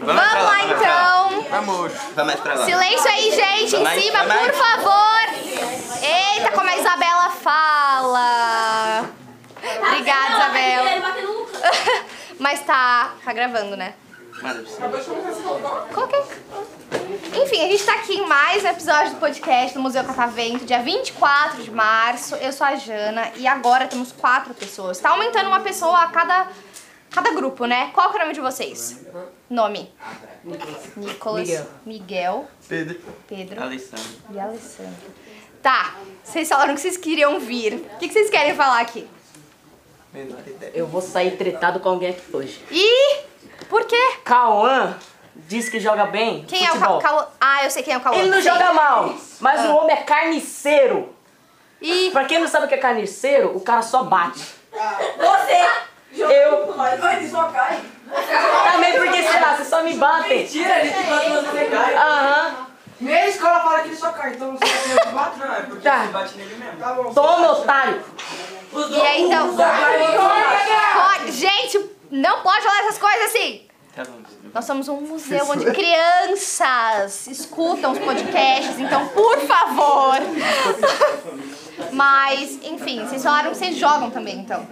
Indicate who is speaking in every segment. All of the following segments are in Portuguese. Speaker 1: Vamos lá então.
Speaker 2: Vamos, vai mais pra lá.
Speaker 1: Silêncio aí, gente, em
Speaker 2: Vai,
Speaker 1: cima,
Speaker 2: vai, vai.
Speaker 1: por favor. Eita, como a Isabela fala. Obrigada, Isabela. Mas tá, tá gravando, né?
Speaker 2: Manda pra cima.
Speaker 1: Coloquei. Enfim, a gente tá aqui em mais um episódio do podcast do Museu Catavento, dia 24 de março. Eu sou a Jana e agora temos quatro pessoas. Tá aumentando uma pessoa a cada, cada grupo, né? Qual que é o nome de vocês? Nome? Nicolas, Miguel,
Speaker 2: Pedro.
Speaker 1: Pedro
Speaker 2: Alessandro.
Speaker 1: e Alessandra. Tá, vocês falaram que vocês queriam vir. O que que vocês querem falar aqui?
Speaker 2: Menor ideia.
Speaker 3: Eu vou sair tretado com alguém aqui hoje.
Speaker 1: E por quê?
Speaker 3: Cauã diz que joga bem.
Speaker 1: Quem é
Speaker 3: futebol.
Speaker 1: o Cauã? Ah, eu sei quem é o Cauã. Ah.
Speaker 3: Ele não
Speaker 1: Sei.
Speaker 3: joga mal, mas o homem é carniceiro.
Speaker 1: E
Speaker 3: Pra quem não sabe o que é carniceiro, o cara só bate.
Speaker 4: Você!
Speaker 3: Eu.
Speaker 4: Mas só cai.
Speaker 3: Também porque, sei lá, vocês só me batem.
Speaker 4: Tira ele de quando você cai.
Speaker 3: Aham.
Speaker 4: Minha escola fala que ele só cai, então você tem quatro. Não, é porque
Speaker 3: Tá. você
Speaker 4: bate nele mesmo. Tá bom.
Speaker 3: Toma, um otário.
Speaker 1: E aí, então. Pode- Gente, não pode falar essas coisas assim!
Speaker 2: Tá bom.
Speaker 1: Nós somos um museu
Speaker 3: é.
Speaker 1: onde crianças escutam os podcasts, então, por favor! Mas, enfim, vocês falaram que vocês jogam também, então.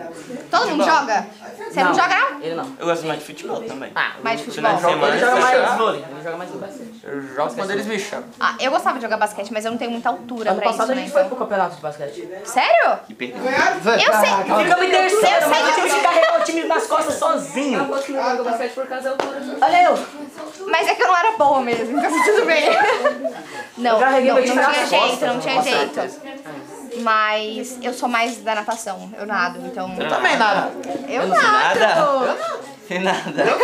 Speaker 1: Todo mundo joga? Você não, joga, não?
Speaker 3: Ele não.
Speaker 2: Eu gosto mais de futebol também.
Speaker 3: Ah,
Speaker 1: Mais de futebol.
Speaker 2: Final de semana.
Speaker 3: ele joga mais
Speaker 2: fechado.
Speaker 3: vôlei. Ele joga mais vôlei.
Speaker 2: Eu jogo quando eles me chamam.
Speaker 1: Ah, eu gostava de jogar basquete, mas eu não tenho muita altura
Speaker 3: Ano
Speaker 1: pra
Speaker 3: passado
Speaker 1: isso,
Speaker 3: a
Speaker 1: né?
Speaker 3: gente foi
Speaker 1: Então.
Speaker 3: pro campeonato de basquete.
Speaker 1: Sério?
Speaker 2: E perdeu.
Speaker 1: Eu sei.
Speaker 3: Ficamos em terceiro,
Speaker 1: Eu
Speaker 3: mas
Speaker 1: sei
Speaker 3: eu tive que carregar o time nas costas sozinho. Olha eu.
Speaker 1: Mas é que eu não era boa mesmo, então tudo bem. Não,
Speaker 3: Eu carreguei
Speaker 1: não,
Speaker 3: meu time
Speaker 1: não tinha
Speaker 3: nas
Speaker 1: jeito,
Speaker 3: costas.
Speaker 1: não tinha jeito. Mas eu sou mais da natação, eu nado, então.
Speaker 2: também nada.
Speaker 1: Eu
Speaker 2: sei
Speaker 1: nado!
Speaker 2: Sem nada.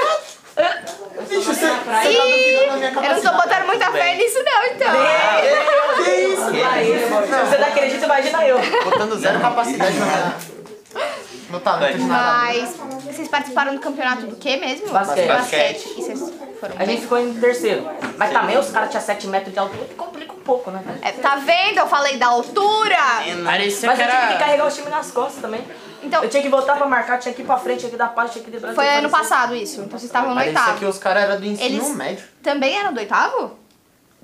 Speaker 3: tá
Speaker 1: Ih, eu não tô botando muita fé nisso, não, então.
Speaker 3: Se você não acredita, imagina eu.
Speaker 5: Botando zero capacidade no nada. No talento de nada.
Speaker 1: Mas vocês participaram do campeonato do quê mesmo?
Speaker 3: Basquete.
Speaker 1: E vocês foram
Speaker 3: A
Speaker 1: bem?
Speaker 3: gente ficou em terceiro. Mas também os caras tinham 7 metros de altura, que complica um pouco, né?
Speaker 1: É, tá vendo? Eu falei da altura!
Speaker 3: Mas eu tive que carregar o time nas costas também.
Speaker 1: Então,
Speaker 3: Eu tinha que voltar pra marcar, tinha que ir pra frente, tinha que dar passe, tinha que driblar.
Speaker 1: foi
Speaker 3: tinha que
Speaker 1: ano
Speaker 3: fazer-
Speaker 1: passado isso, então vocês estavam no
Speaker 5: Isso aqui
Speaker 1: oitavo.
Speaker 5: os caras eram do ensino
Speaker 1: Eles-
Speaker 5: médio.
Speaker 1: Também eram do oitavo?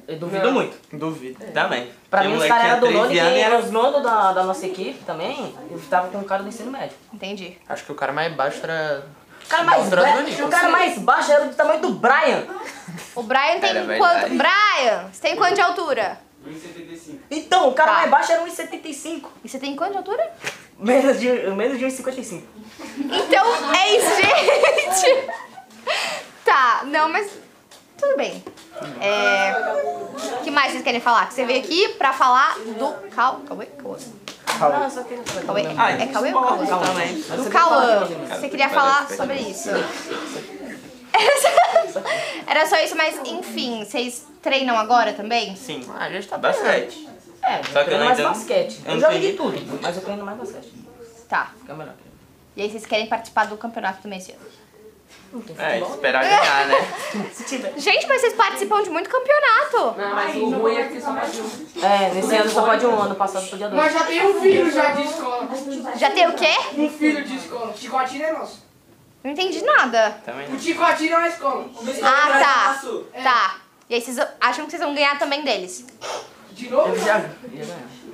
Speaker 3: Eu duvido muito.
Speaker 5: Duvido.
Speaker 2: Também.
Speaker 3: Pra
Speaker 2: Tem
Speaker 3: mim,
Speaker 2: um
Speaker 3: os
Speaker 2: moleque
Speaker 3: caras eram do
Speaker 2: tinha
Speaker 3: nono,
Speaker 2: 13
Speaker 3: que
Speaker 2: anos e
Speaker 3: eram
Speaker 2: era...
Speaker 3: os nono da, da nossa equipe também. Eu tava com um cara do ensino médio.
Speaker 1: Entendi.
Speaker 5: Acho que o cara mais baixo era.
Speaker 3: O cara mais,
Speaker 5: Atrás do
Speaker 3: baixo,
Speaker 5: Nicolas.
Speaker 3: o cara mais baixo era do tamanho do Brian.
Speaker 1: O Brian tem
Speaker 2: Era verdade.
Speaker 1: quanto? Brian, você tem quanto de altura?
Speaker 3: Então, o cara
Speaker 1: Tá.
Speaker 3: mais baixo era 1,75.
Speaker 1: E você tem quanto de altura?
Speaker 3: Menos de, menos de 1,55.
Speaker 1: Então é isso, gente! Tá, não, mas tudo bem. É, O que mais vocês querem falar? Que você veio aqui pra falar do Cal... Cauê? Cauê?
Speaker 3: Ah, só que...
Speaker 1: Cauê?
Speaker 2: Ah,
Speaker 1: É Cauê ou Cauê?
Speaker 2: esporte também.
Speaker 1: Do Cauã. Você queria falar sobre isso. Era só isso, mas enfim, vocês treinam agora também?
Speaker 2: Sim.
Speaker 5: Ah, a gente tá
Speaker 2: Basquete. Só
Speaker 3: É,
Speaker 2: que
Speaker 3: eu treino
Speaker 2: eu
Speaker 3: mais
Speaker 2: ainda-
Speaker 3: basquete.
Speaker 2: eu
Speaker 3: Eu,
Speaker 2: não
Speaker 3: jogo de
Speaker 2: tenho-
Speaker 3: tudo, mas eu treino mais basquete.
Speaker 1: Tá.
Speaker 3: Fica melhor.
Speaker 1: E aí vocês querem participar do campeonato também esse ano?
Speaker 2: É, esperar ganhar, né?
Speaker 3: Se tiver.
Speaker 1: Gente, mas vocês participam de muito campeonato.
Speaker 4: Mas o ruim é que só mais um.
Speaker 3: É, nesse ano só pode um, ano passado podia dois.
Speaker 4: já tem um filho já de escola.
Speaker 1: Já tem o quê?
Speaker 4: Um filho de escola. Ticotina é nosso.
Speaker 1: Não entendi nada.
Speaker 2: Também.
Speaker 4: O Ticotina é uma escola.
Speaker 1: Ah, tá. Tá. E aí vocês acham que vocês vão ganhar também deles?
Speaker 4: De novo?
Speaker 3: Já ia ganhar.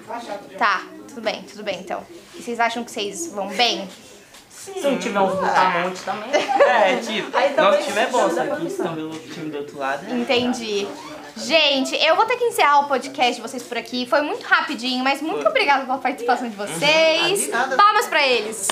Speaker 4: Tá chato.
Speaker 1: Tá. Tudo bem, tudo bem então. E vocês acham que vocês vão bem?
Speaker 3: Se não tiver uns brutamontes também.
Speaker 2: É, tipo,
Speaker 3: Aí também
Speaker 2: nosso time é bom,
Speaker 3: não dá
Speaker 2: só
Speaker 3: pra
Speaker 2: que
Speaker 3: pensar.
Speaker 2: também o time do outro lado é...
Speaker 1: Entendi. Gente, eu vou ter que encerrar o podcast de vocês por aqui. Foi muito rapidinho, mas muito obrigada pela participação de vocês. Palmas pra eles.